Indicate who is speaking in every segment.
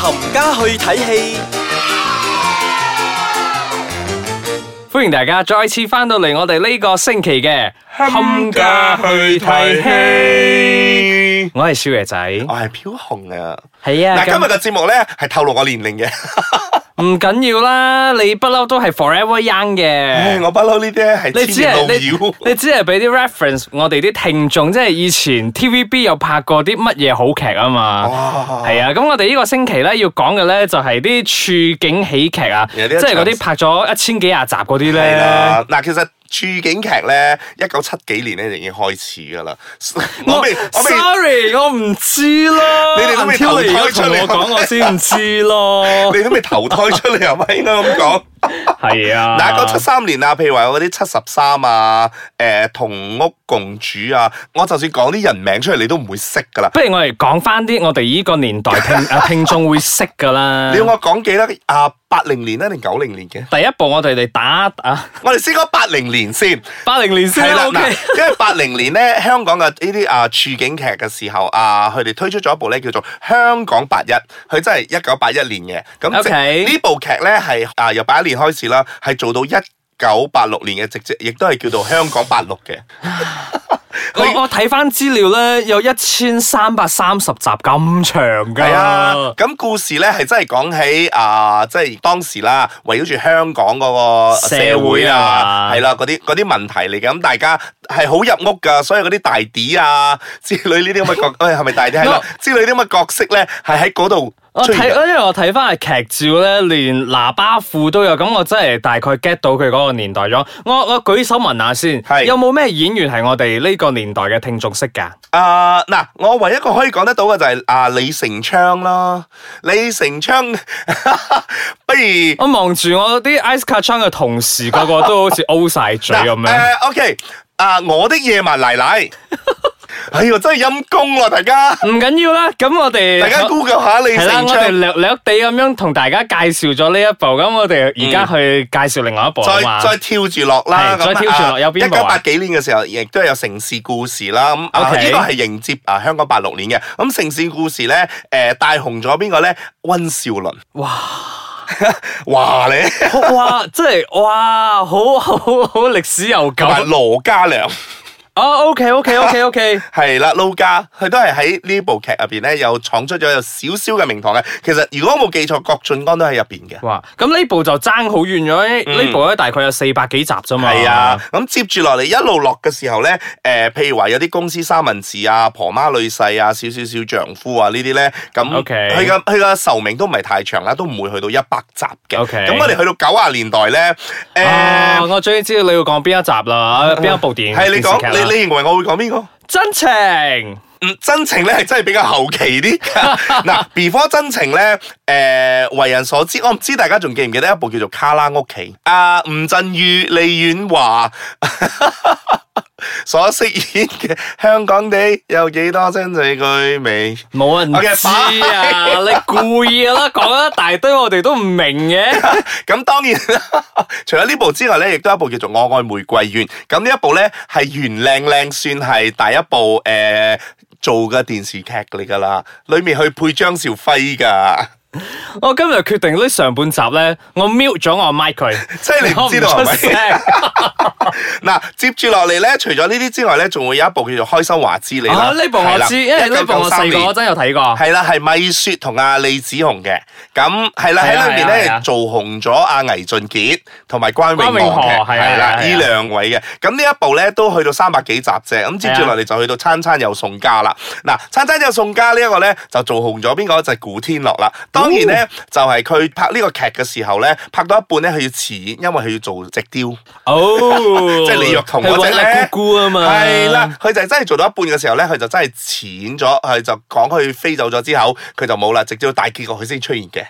Speaker 1: 冚家去睇戲。
Speaker 2: 欢迎大家再次翻到嚟我哋呢个星期嘅冚家去睇戏。
Speaker 3: 戲。
Speaker 2: 我系少爷仔，
Speaker 3: 我係飄紅啊！
Speaker 2: 系
Speaker 3: 嗱，今日嘅節目咧係透露我年齡嘅，
Speaker 2: 唔紧要啦，你不嬲都系 forever young
Speaker 3: 唉
Speaker 2: 嘅。
Speaker 3: 我不嬲呢啲咧係
Speaker 2: 你
Speaker 3: 千
Speaker 2: 只系
Speaker 3: 年老
Speaker 2: 你
Speaker 3: 妖。
Speaker 2: 你只系俾啲 reference 我哋啲聽眾，即係以前 TVB 有拍過啲乜嘢好劇啊
Speaker 3: 哦
Speaker 2: 嘛，
Speaker 3: 哇
Speaker 2: 係啊，咁我哋呢個星期咧要講嘅咧就係啲處境喜劇啊，即
Speaker 3: 有啲一
Speaker 2: 係嗰啲
Speaker 3: 場
Speaker 2: 拍咗一千幾廿集嗰啲
Speaker 3: 係
Speaker 2: 咧。
Speaker 3: 啦，嗱，其實處境劇咧，一九七幾年咧就已經開始㗎啦。我
Speaker 2: 我
Speaker 3: 未，我未。
Speaker 2: sorry，我唔知咯。
Speaker 3: 你哋都
Speaker 2: Until
Speaker 3: 未投胎
Speaker 2: 你而家
Speaker 3: 出嚟
Speaker 2: 同我講，我先唔知 咯。
Speaker 3: 你都未投胎出嚟係咪？應該咁講。
Speaker 2: 係 啊，
Speaker 3: 嗱，一九七三年啊，譬如話有嗰啲七十三啊，誒同屋共主啊，我就算講啲人名出嚟，你都唔會識 㗎啦。
Speaker 2: 不如我哋講翻啲我哋呢個年 代聽啊聽眾會識噶啦
Speaker 3: 你。要我講幾多啊？八零年啊，定九零年嘅？
Speaker 2: 第一步我哋嚟打 啊
Speaker 3: 我哋先講八零年先。
Speaker 2: 八零年先
Speaker 3: 係
Speaker 2: 啦
Speaker 3: 啦，
Speaker 2: ，OK。
Speaker 3: 嗱，因為八零年咧，香港嘅呢啲啊處境劇嘅時候啊，佢哋推出咗一部咧叫做《香港八一》，佢真係一九八一年嘅。咁即
Speaker 2: OK
Speaker 3: 呢部劇咧係啊由八一年開始啦，係做到一九八六年嘅直接，亦都係叫做香港八六嘅。
Speaker 2: 我我睇翻資料咧，有一千三百三十集咁長噶。
Speaker 3: 係啊，
Speaker 2: 哦
Speaker 3: 咁故事咧係真係講起啊，即係當時啦，圍繞住香港嗰個社
Speaker 2: 社會
Speaker 3: 會
Speaker 2: 啊
Speaker 3: 啊，係啦，嗰啲嗰啲問題嚟嘅，咁大家係好入屋噶，所以嗰啲大啲啊 之類呢啲 咁嘅角，誒係咪大啲係啦
Speaker 2: 我？
Speaker 3: 之類呢啲咁嘅角色咧，係喺嗰度
Speaker 2: 我
Speaker 3: 出
Speaker 2: 哦睇，
Speaker 3: 現嘅。
Speaker 2: 因為我睇翻係劇照咧，連喇叭褲都有，咁我真係大概 get 到佢嗰個年代咗。我我舉手問下先，
Speaker 3: 係
Speaker 2: 有冇咩演員係我哋呢個年代嘅聽眾識㗎？
Speaker 3: 啊嗱，我唯一一個可以講得到嘅就係啊李成昌啦，李成昌， 不如。
Speaker 2: 我望住我啲 Ice c a t c h a n 嘅同事，個個都好似 O 晒嘴咁
Speaker 3: 嗱
Speaker 2: 樣。
Speaker 3: 誒，OK，啊，我的夜晚 奶奶，哎呀，真係陰公喎，大家。
Speaker 2: 唔緊要啦，咁我哋
Speaker 3: 大家 Google 下李
Speaker 2: 係啦，
Speaker 3: 成
Speaker 2: 我哋
Speaker 3: 昌。
Speaker 2: 略略地咁樣同大家介紹咗呢一部，咁我哋而家去介紹另外一部啊
Speaker 3: 再
Speaker 2: 嘛。
Speaker 3: 嗯再跳住落啦，
Speaker 2: 係再跳住落有邊
Speaker 3: 一
Speaker 2: 部
Speaker 3: 九
Speaker 2: 啊
Speaker 3: 八幾年嘅時候，亦都有城市故事啦。咁啊，
Speaker 2: OK
Speaker 3: 呢個係迎接啊香港八六年嘅。咁城市故事咧，誒帶紅咗邊個咧？温兆倫。
Speaker 2: 哇！
Speaker 3: 哇你
Speaker 2: 哇，真係哇，好好好歷史悠久
Speaker 3: 同。埋羅家良
Speaker 2: 哦，OK，OK，OK，OK。
Speaker 3: 係啦，撈家佢都係喺呢部劇入邊咧，又闖出咗有少少嘅名堂嘅。其實如果我冇記錯，郭晉安都喺入邊嘅。
Speaker 2: 哇！咁呢部就爭好遠咗，呢呢部咧大概有四百幾集啫嘛。
Speaker 3: 係啊，，咁接住落嚟一路落嘅時候咧，誒、譬如話有啲公司三文治啊、婆媽女婿啊、少少少丈夫啊呢啲咧，咁
Speaker 2: OK
Speaker 3: 佢嘅佢嘅壽命都唔係太長啦，都唔會去到一百集嘅。
Speaker 2: OK
Speaker 3: 咁我哋去到九啊年代咧，誒、
Speaker 2: 啊，我終於知道你要講邊一集啦，邊一部電
Speaker 3: 係你講，
Speaker 2: 電視劇啦
Speaker 3: 你你認為我會講邊個？
Speaker 2: 真情
Speaker 3: 嗯，真情咧係真係比較後期啲。嗱，before 真情咧，誒、為人所知，我唔知大家仲記唔記得一部叫做《卡拉屋企》啊，吳鎮宇、李婉華 所飾演嘅香港地有幾多真字句味？
Speaker 2: 冇人
Speaker 3: OK，
Speaker 2: 知啊！你故意 啦，講一大堆我哋都唔明嘅。
Speaker 3: 咁當然 啦，除咗呢部之外咧，亦都有一部叫做《我愛玫瑰園》。咁呢一部咧係袁靚靚算係第一部誒、做嘅電視劇嚟㗎啦，裡面去配張兆輝㗎。
Speaker 2: 我今日決定呢上半集咧，我 mute 咗我 mic 佢，
Speaker 3: 即係你唔知道
Speaker 2: 我唔
Speaker 3: 係咪
Speaker 2: 出聲。
Speaker 3: 嗱，接住落嚟咧，除咗呢啲之外咧，仲會有一部叫做《開心華之 你》啦。
Speaker 2: 啊，呢部我知，因為呢部我細個嗰陣有睇過。
Speaker 3: 系啦，係米雪同阿李子雄嘅，咁係啦
Speaker 2: 係啊
Speaker 3: 喺裏面
Speaker 2: 係啊係啊
Speaker 3: 咧做紅咗阿倪俊傑同埋關
Speaker 2: 關
Speaker 3: 詠
Speaker 2: 詠
Speaker 3: 荷嘅，
Speaker 2: 荷係啊
Speaker 3: 係啦
Speaker 2: 係啊
Speaker 3: 呢兩位嘅，咁呢一部咧都去到三百幾集啫，咁接住落嚟就去到餐餐有送家啦。嗱，餐餐有送家呢一個咧就做紅咗邊個就係古天樂啦。
Speaker 2: 哦
Speaker 3: 當然咧就係佢拍呢個劇嘅時候咧，拍到一半咧佢要辭演，因為佢要做直雕。
Speaker 2: 哦，
Speaker 3: 即係李若彤
Speaker 2: 係
Speaker 3: 嗰
Speaker 2: 揾
Speaker 3: 隻
Speaker 2: 阿
Speaker 3: 咧
Speaker 2: 姑姑啊嘛，
Speaker 3: 係啦，，佢就係真係做到一半嘅時候咧，佢就真係淺咗，佢就講佢飛走咗之後，佢就冇啦，直至到大結局佢先出現嘅。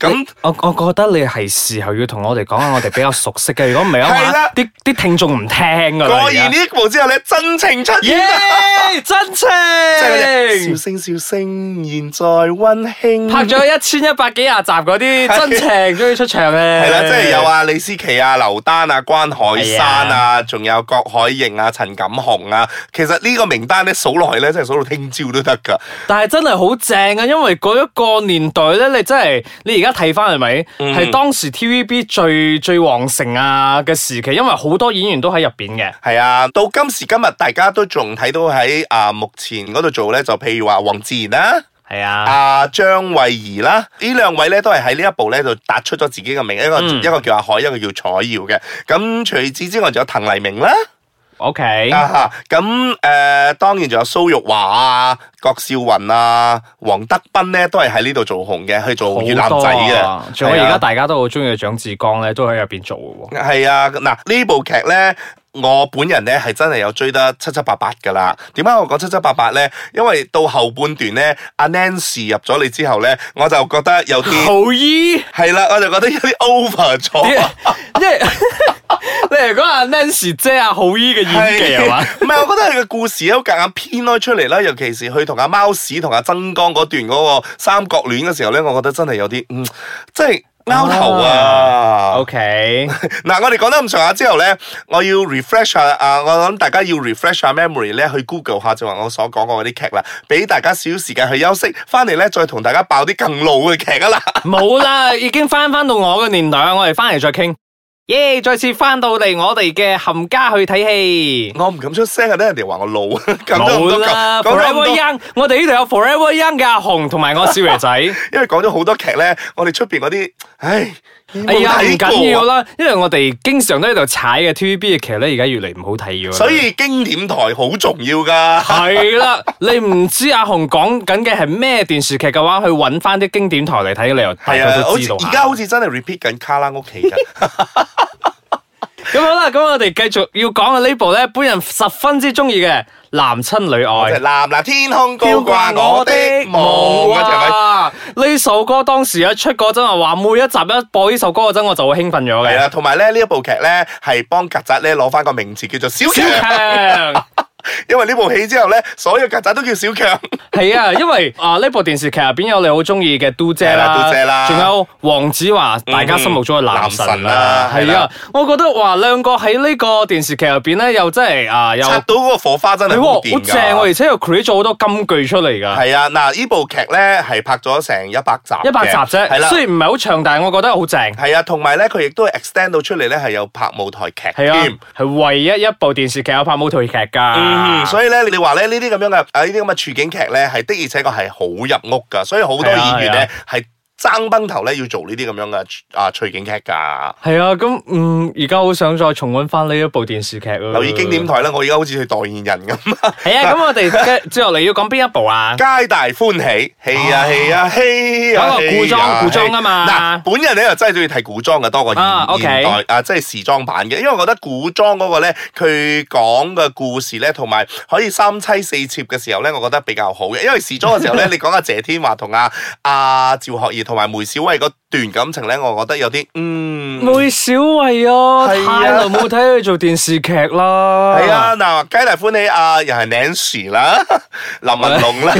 Speaker 3: 咁
Speaker 2: 我我覺得你係時候要同我哋講下我哋比較熟悉嘅，如果唔係嘅
Speaker 3: 係
Speaker 2: 話
Speaker 3: 啦，
Speaker 2: 啲啲聽眾唔聽噶啦。
Speaker 3: 過完呢一步之後咧，真情出
Speaker 2: 而家耶
Speaker 3: 現啦！
Speaker 2: 真
Speaker 3: 即係嗰隻笑
Speaker 2: 情
Speaker 3: 聲笑聲，現在温馨。
Speaker 2: 拍咗一千一百幾廿集嗰啲真情終於出場咧。
Speaker 3: 係啦，即係有啊李思琪啊、劉丹啊、關海山
Speaker 2: 哎
Speaker 3: 啊，仲有郭海瑩啊、陳錦鴻啊。其實呢個名單咧數落去咧，真係數到聽朝都得㗎。
Speaker 2: 但係真係好正啊，因為嗰一個年代咧，你真係你而家睇翻係咪？係、
Speaker 3: 嗯
Speaker 2: 當時 TVB 最最旺盛啊嘅時期，因為好多演員都喺入邊嘅。
Speaker 3: 係啊，到今時今日，大家都仲睇到喺啊目前嗰度做咧，就譬如話黃自然啦、
Speaker 2: 係啊，
Speaker 3: 阿張慧儀啦，呢兩位咧都係喺呢一部咧就突出咗自己嘅名，一個、
Speaker 2: 嗯
Speaker 3: 一個叫阿海，一個叫楚耀嘅。咁除此之外，仲有滕麗明啦，
Speaker 2: OK，
Speaker 3: 啊哈，咁誒、呃、當然仲有蘇玉華啊、郭少雲啊、黃德斌咧，都係喺呢度做紅嘅，去做越南
Speaker 2: 好多
Speaker 3: 仔
Speaker 2: 啊
Speaker 3: 嘅。
Speaker 2: 仲有
Speaker 3: 係啊
Speaker 2: 而家大家都好中意嘅蔣志剛咧，都喺入邊做嘅喎。
Speaker 3: 係啊，嗱呢部劇呢，我本人呢係真係有追得七七八八噶啦。點解我講七七八八呢？因為到後半段呢，阿 Nancy 入咗嚟之後呢，我就覺得有啲
Speaker 2: 好醫，
Speaker 3: 係啦，我就覺得有啲 over
Speaker 2: 哦
Speaker 3: 咗啊。
Speaker 2: 因為你係講阿 Nancy 姐阿好醫嘅演技係 嘛？
Speaker 3: 唔係，我覺得佢嘅故事都夾硬編開出嚟啦，尤其是佢同阿貓屎同阿曾江嗰段嗰個三角戀嘅時候呢，我覺得真係有啲嗯，即係拗頭啊
Speaker 2: O K，
Speaker 3: 嗱，我哋講得咁上下之後咧，我要 refresh 下啊，我諗大家要 refresh 下 memory 咧，去 Google 下就話我所講過嗰啲劇啦，俾大家少少時間去休息，翻嚟咧再同大家爆啲更老 嘅劇啊啦。
Speaker 2: 冇啦，已經翻翻到我嘅年代，我哋翻嚟再傾。耶、再次翻到嚟我哋嘅冚家去睇戲。
Speaker 3: 我唔敢出聲啊，等人哋話我老，咁多咁
Speaker 2: 冇
Speaker 3: 多
Speaker 2: 啦
Speaker 3: 講咗咁
Speaker 2: ，Forever
Speaker 3: 多，
Speaker 2: Young，我哋呢度有 Forever Young 嘅阿紅同埋我少爺仔。
Speaker 3: 因為講咗好多劇咧，我哋出邊嗰啲，唉，
Speaker 2: 哎
Speaker 3: 冇
Speaker 2: 呀，唔
Speaker 3: 睇
Speaker 2: 緊要
Speaker 3: 過啊。
Speaker 2: 啦，因為我哋經常都喺度踩嘅 TVB 嘅劇咧，而家越嚟唔好睇咗。
Speaker 3: 所以經典台好重要噶，
Speaker 2: 係啦，你唔知阿紅講緊嘅係咩電視劇嘅話，去揾翻啲經典台嚟睇，你又 大
Speaker 3: 係啊
Speaker 2: 概，都
Speaker 3: 好
Speaker 2: 知
Speaker 3: 似
Speaker 2: 道下
Speaker 3: 而家好似真係 repeat 緊卡拉屋企 㗎。
Speaker 2: 咁好啦，咁我哋繼續要講啊嘅呢部咧，本人十分之中意嘅《男親女愛》。
Speaker 3: 就係藍藍天空高掛我的夢嗰隻咪？
Speaker 2: 啊！呢首歌當時一出嗰陣啊，話每一集一播呢首歌嗰陣，我就會興奮咗
Speaker 3: 係啊
Speaker 2: 嘅。
Speaker 3: 啦，同埋咧呢一部劇咧係幫曱甴咧攞翻個名字叫做小
Speaker 2: 小
Speaker 3: 強，
Speaker 2: 強
Speaker 3: 因為呢部戲之後咧，所有曱甴都叫小強。
Speaker 2: 係啊，因為啊呢部電視劇入邊有你好中意嘅嘟姐
Speaker 3: 係啦
Speaker 2: 啦，
Speaker 3: 嘟姐啦嗯
Speaker 2: 仲有黃子華，大家心目中嘅男神啦，
Speaker 3: 男神
Speaker 2: 係
Speaker 3: 啦
Speaker 2: 啊，我覺得哇兩個喺呢個電視劇入邊咧，又真係啊又
Speaker 3: 插到嗰個火花真
Speaker 2: 係
Speaker 3: 係
Speaker 2: 喎
Speaker 3: 好掂
Speaker 2: 哎好正喎，
Speaker 3: 㗎。
Speaker 2: 而且又 create 咗好多金句出嚟㗎。
Speaker 3: 係啊，嗱，呢部劇咧係拍咗成一百集嘅，
Speaker 2: 一百集
Speaker 3: 係
Speaker 2: 啫，
Speaker 3: 啦，
Speaker 2: 雖然唔係好長，但係我覺得好正。
Speaker 3: 係啊，同埋咧佢亦都係 extend 到出嚟咧係有拍舞台劇
Speaker 2: 係啊
Speaker 3: 添。，
Speaker 2: 係唯一一部電視劇有拍舞台劇㗎。
Speaker 3: 嗯，所以咧，你話咧呢啲咁樣嘅啊呢啲咁嘅處境劇咧，係的而且確係好入屋㗎，所以好多
Speaker 2: 係啊
Speaker 3: 演員咧係爭崩頭咧要做呢啲咁樣嘅啊處境劇㗎。
Speaker 2: 係啊，咁嗯，而家好想再重温翻呢一部電視劇啊。
Speaker 3: 留意經典台啦，我而家好似去代言人咁。
Speaker 2: 係啊，咁我 哋嘅接落嚟要講邊一部啊？
Speaker 3: 皆大歡喜，戲啊戲啊戲啊！
Speaker 2: 嗰個古裝
Speaker 3: 戲啊
Speaker 2: 古裝啊嘛
Speaker 3: 嗱，本人咧就真係中意睇古裝嘅多過現
Speaker 2: 啊，OK
Speaker 3: 現代啊，即係時裝版嘅，因為我覺得古裝嗰個咧，佢講嘅故事咧，同埋可以三妻四妾嘅時候咧，我覺得比較好嘅。因為時裝嘅時候咧，你講阿謝天華同阿阿趙學而同埋梅小惠嗰段感情咧，我覺得有啲嗯。
Speaker 2: 梅小惠啊，
Speaker 3: 係啊
Speaker 2: 太耐冇睇佢做電視劇啦。
Speaker 3: 係啊，，嗱，皆大歡喜啊，又係 Nancy 啦，林文龍啦，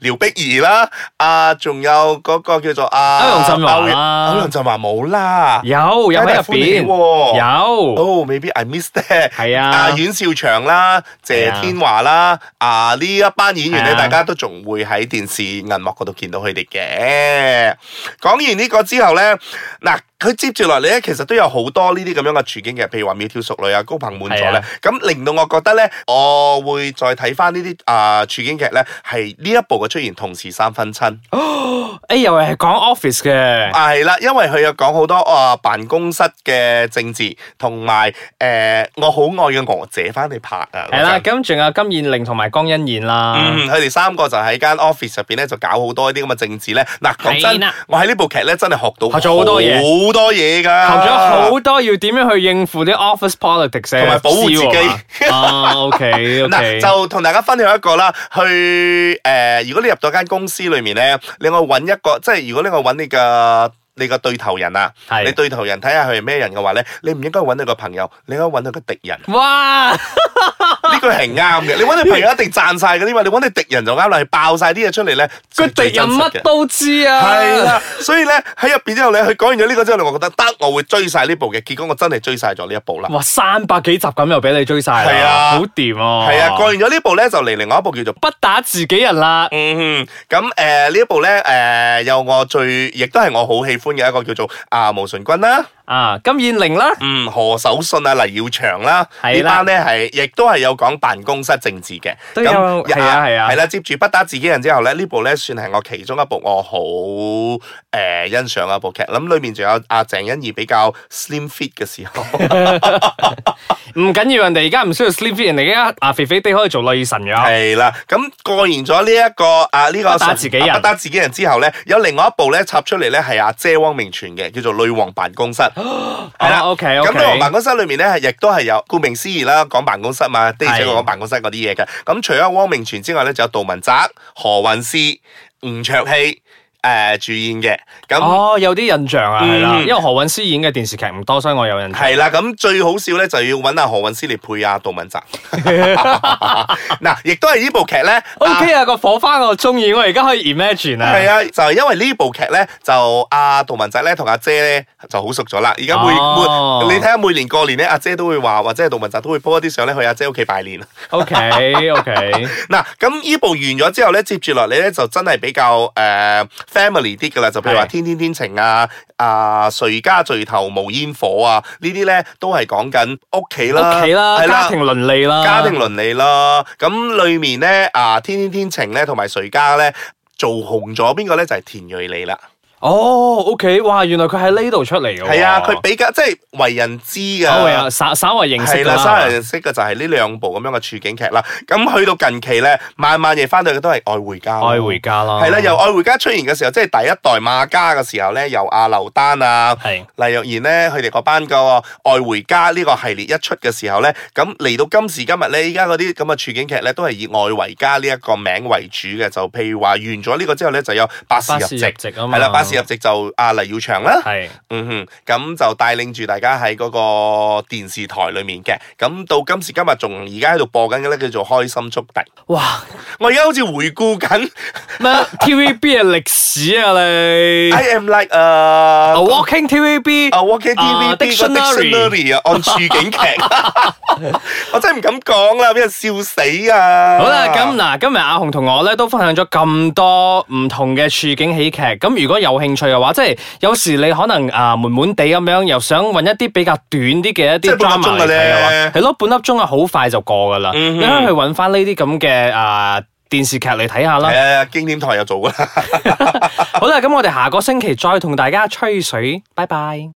Speaker 3: 廖碧兒啦，啊，仲有嗰個叫做啊，
Speaker 2: 歐陽震華啦
Speaker 3: 歐陽震華冇啦，
Speaker 2: 有有喺入邊，
Speaker 3: 皆大歡喜喎
Speaker 2: 有
Speaker 3: 哦，maybe I missed that，
Speaker 2: 係啊
Speaker 3: 阿阮兆祥啦，謝天華啦，啊呢一班演員咧，
Speaker 2: 係啊
Speaker 3: 大家都仲會喺電視銀幕嗰度見到佢哋嘅。講完呢個之後咧，嗱。佢接住落嚟咧，其實都有好多呢啲咁樣嘅處境嘅，譬如話《窈窕淑女》啊，《高朋滿座》
Speaker 2: 係
Speaker 3: 咧
Speaker 2: 啊，
Speaker 3: 咁令到我覺得咧，我會再睇翻呢啲啊處境劇咧，係呢一部嘅出現同時三分親。
Speaker 2: 誒，哎又係講 office 嘅，
Speaker 3: 啊，係啦，因為佢有講好多啊辦公室嘅政治，同埋誒我好愛嘅娥姐翻嚟拍啊，
Speaker 2: 係啦，
Speaker 3: 嗰陣。
Speaker 2: 咁仲有金燕玲同埋江欣燕啦。
Speaker 3: 嗯，佢哋三個就喺間 office 入邊咧，就搞好多呢啲咁嘅政治咧。嗱，講
Speaker 2: 係
Speaker 3: 真
Speaker 2: 啦，
Speaker 3: 我喺呢部劇咧真係學到
Speaker 2: 學咗好多嘢
Speaker 3: 好多嘢㗎，
Speaker 2: 學咗好多要點樣去應付啲 office politics
Speaker 3: 同埋保護自己
Speaker 2: 嘅思維啊，OK
Speaker 3: 嗱，
Speaker 2: OK，
Speaker 3: 就同大家分享一個啦，去誒、呃如果你入到間公司裏面咧，你去揾一個，即係如果你去揾你嘅你個對頭人啊，
Speaker 2: 係
Speaker 3: 你對頭人睇下佢係咩人嘅話咧，你唔應該揾佢個朋友，你應該揾佢個敵人。
Speaker 2: 哇！
Speaker 3: 呢句係啱嘅，你揾你 朋友一定賺晒嘅，因為你揾你敵人就啱啦，係爆晒啲嘢出嚟咧，
Speaker 2: 個
Speaker 3: 就
Speaker 2: 敵
Speaker 3: 係最
Speaker 2: 人
Speaker 3: 真實
Speaker 2: 乜
Speaker 3: 嘅。
Speaker 2: 都知啊，
Speaker 3: 係啦，所以咧喺入邊之後咧，佢講完咗呢個之後咧，我覺得得，我會追晒呢部嘅。結果我真係追晒咗呢一部啦。
Speaker 2: 哇，三百幾集咁又俾你追晒
Speaker 3: 係
Speaker 2: 啦，
Speaker 3: 啊
Speaker 2: 好掂啊！
Speaker 3: 係啊，過完咗呢部咧，就嚟另外一部叫做。
Speaker 2: 不打自己人啦，
Speaker 3: 嗯哼，咁誒、呃呢一部咧誒、呃有我最，亦都係我好喜歡嘅一個叫做啊毛舜筠啦，
Speaker 2: 啊，金燕玲啦，
Speaker 3: 嗯何守信啊黎耀祥啦，
Speaker 2: 係
Speaker 3: 呢
Speaker 2: 啦
Speaker 3: 班咧係亦都係有講辦公室政治嘅，
Speaker 2: 都有係啊係啊
Speaker 3: 係啦，接住不打自己人之後咧，呢部咧算係我其中一部我好誒、呃欣賞嘅一部劇，咁裏面仲有阿鄭欣宜比較 slim fit 嘅 時候，
Speaker 2: 唔緊要，人哋而家唔需要 sleep fit，人哋而家啊肥肥地可以做女神哦㗎。
Speaker 3: 係啦，咁過完咗呢一個啊呢、個
Speaker 2: 不打自己人
Speaker 3: 啊不打自己人之後咧，有另外一部咧插出嚟咧係阿姐汪明荃嘅，叫做《女王辦公室》。
Speaker 2: 哦
Speaker 3: 係啦
Speaker 2: ，OK
Speaker 3: 咁
Speaker 2: OK，
Speaker 3: 女王辦公室裏面咧係亦都係有，顧名思義啦，講辦公室嘛，的而且確
Speaker 2: 係
Speaker 3: 講辦公室嗰啲嘢嘅。咁除咗汪明荃之外咧，就有杜汶澤、何韻詩、吳卓羲誒、呃主演嘅。咁
Speaker 2: 哦，有啲印象啊，係啦，
Speaker 3: 嗯
Speaker 2: 因為何韻詩演嘅電視劇唔多，所以我有印象。
Speaker 3: 係啊啦，咁最好笑咧就要揾阿何韻詩嚟配阿杜 汶澤。嗱，亦都係呢部劇咧。
Speaker 2: O K 啊，個火花我中意，我而家可以 imagine 啊。
Speaker 3: 係啊，就係因為呢部劇咧，就阿杜汶澤咧同阿姐咧就好熟咗啦。而家每
Speaker 2: 哦
Speaker 3: 每你睇下每年過年咧，阿姐都會話，或者係杜汶澤都會 po 一啲相咧去阿姐屋企拜年。
Speaker 2: O K O K，
Speaker 3: 嗱，咁呢部完咗之後咧，接住落嚟咧就真係比較誒、呃 family 啲噶啦，就譬如話
Speaker 2: 係
Speaker 3: 《天天天晴》啊、啊《誰家聚頭無煙火》啊，呢啲咧都係講緊屋企啦，
Speaker 2: 屋企啦，
Speaker 3: 係
Speaker 2: 家庭倫理啦，
Speaker 3: 家庭倫理啦。咁裏面咧啊，《天天天晴》咧同埋《誰家》咧做紅咗邊個咧就係、田蕊妮啦。
Speaker 2: 哦，O K，哇，原來佢喺呢度出嚟嘅喎。
Speaker 3: 係啊，佢比較即係為人知㗎。
Speaker 2: 稍微啊，稍稍微認識
Speaker 3: 係
Speaker 2: 㗎
Speaker 3: 啦，
Speaker 2: 啦。
Speaker 3: 三人識嘅就係呢兩部咁樣嘅處境劇啦。咁去到近期咧，晚晚夜翻到嘅都係愛回家咯。
Speaker 2: 愛回家啦，
Speaker 3: 係啦，由愛回家出現嘅時候，即係第一代馬家嘅時候咧，由阿劉丹啊。
Speaker 2: 係
Speaker 3: 黎若賢咧，佢哋嗰班個愛回家呢個系列一出嘅時候咧，咁嚟到今時今日咧，依家嗰啲咁嘅處境劇咧，都係以愛為家呢一個名為主嘅。就譬如話完咗呢個之後咧，就有百事
Speaker 2: 巴
Speaker 3: 入
Speaker 2: 士
Speaker 3: 席，
Speaker 2: 入
Speaker 3: 係
Speaker 2: 籍啊嘛，
Speaker 3: 啦，百事入席就阿黎耀祥啦。
Speaker 2: 係
Speaker 3: 嗯哼，咁就帶領住大家喺嗰個電視台裏面嘅，咁到今時今日仲而家喺度播緊嘅咧，叫做《開心速遞》。
Speaker 2: 哇
Speaker 3: 我而家好似回顧緊
Speaker 2: 咩 TVB 嘅歷史啊你
Speaker 3: ，I am like 啊
Speaker 2: 啊，Walking TVB
Speaker 3: 啊 Walking
Speaker 2: 啊
Speaker 3: TV B 個
Speaker 2: dictionary
Speaker 3: dictionary 啊， 按處境劇， 我真係唔敢講啦，俾人笑死啊！
Speaker 2: 好啦，咁嗱，今日阿紅同我咧都分享咗咁多唔同嘅處境喜劇，咁如果有興趣嘅話，即係有時你可能啊悶悶地咁樣，又想揾一啲比較短啲嘅一
Speaker 3: 即
Speaker 2: 啲
Speaker 3: 係半粒
Speaker 2: drama
Speaker 3: 鐘
Speaker 2: 嚟睇嘅
Speaker 3: 嘅咧
Speaker 2: 話，係咯，半粒鐘啊好快就過噶啦，
Speaker 3: 嗯
Speaker 2: 你可以去揾翻呢啲咁嘅啊電視劇嚟睇下啦。
Speaker 3: 係啊，經典台又做㗎啦。
Speaker 2: 好啦，咁我哋下個星期再同大家吹水，拜拜。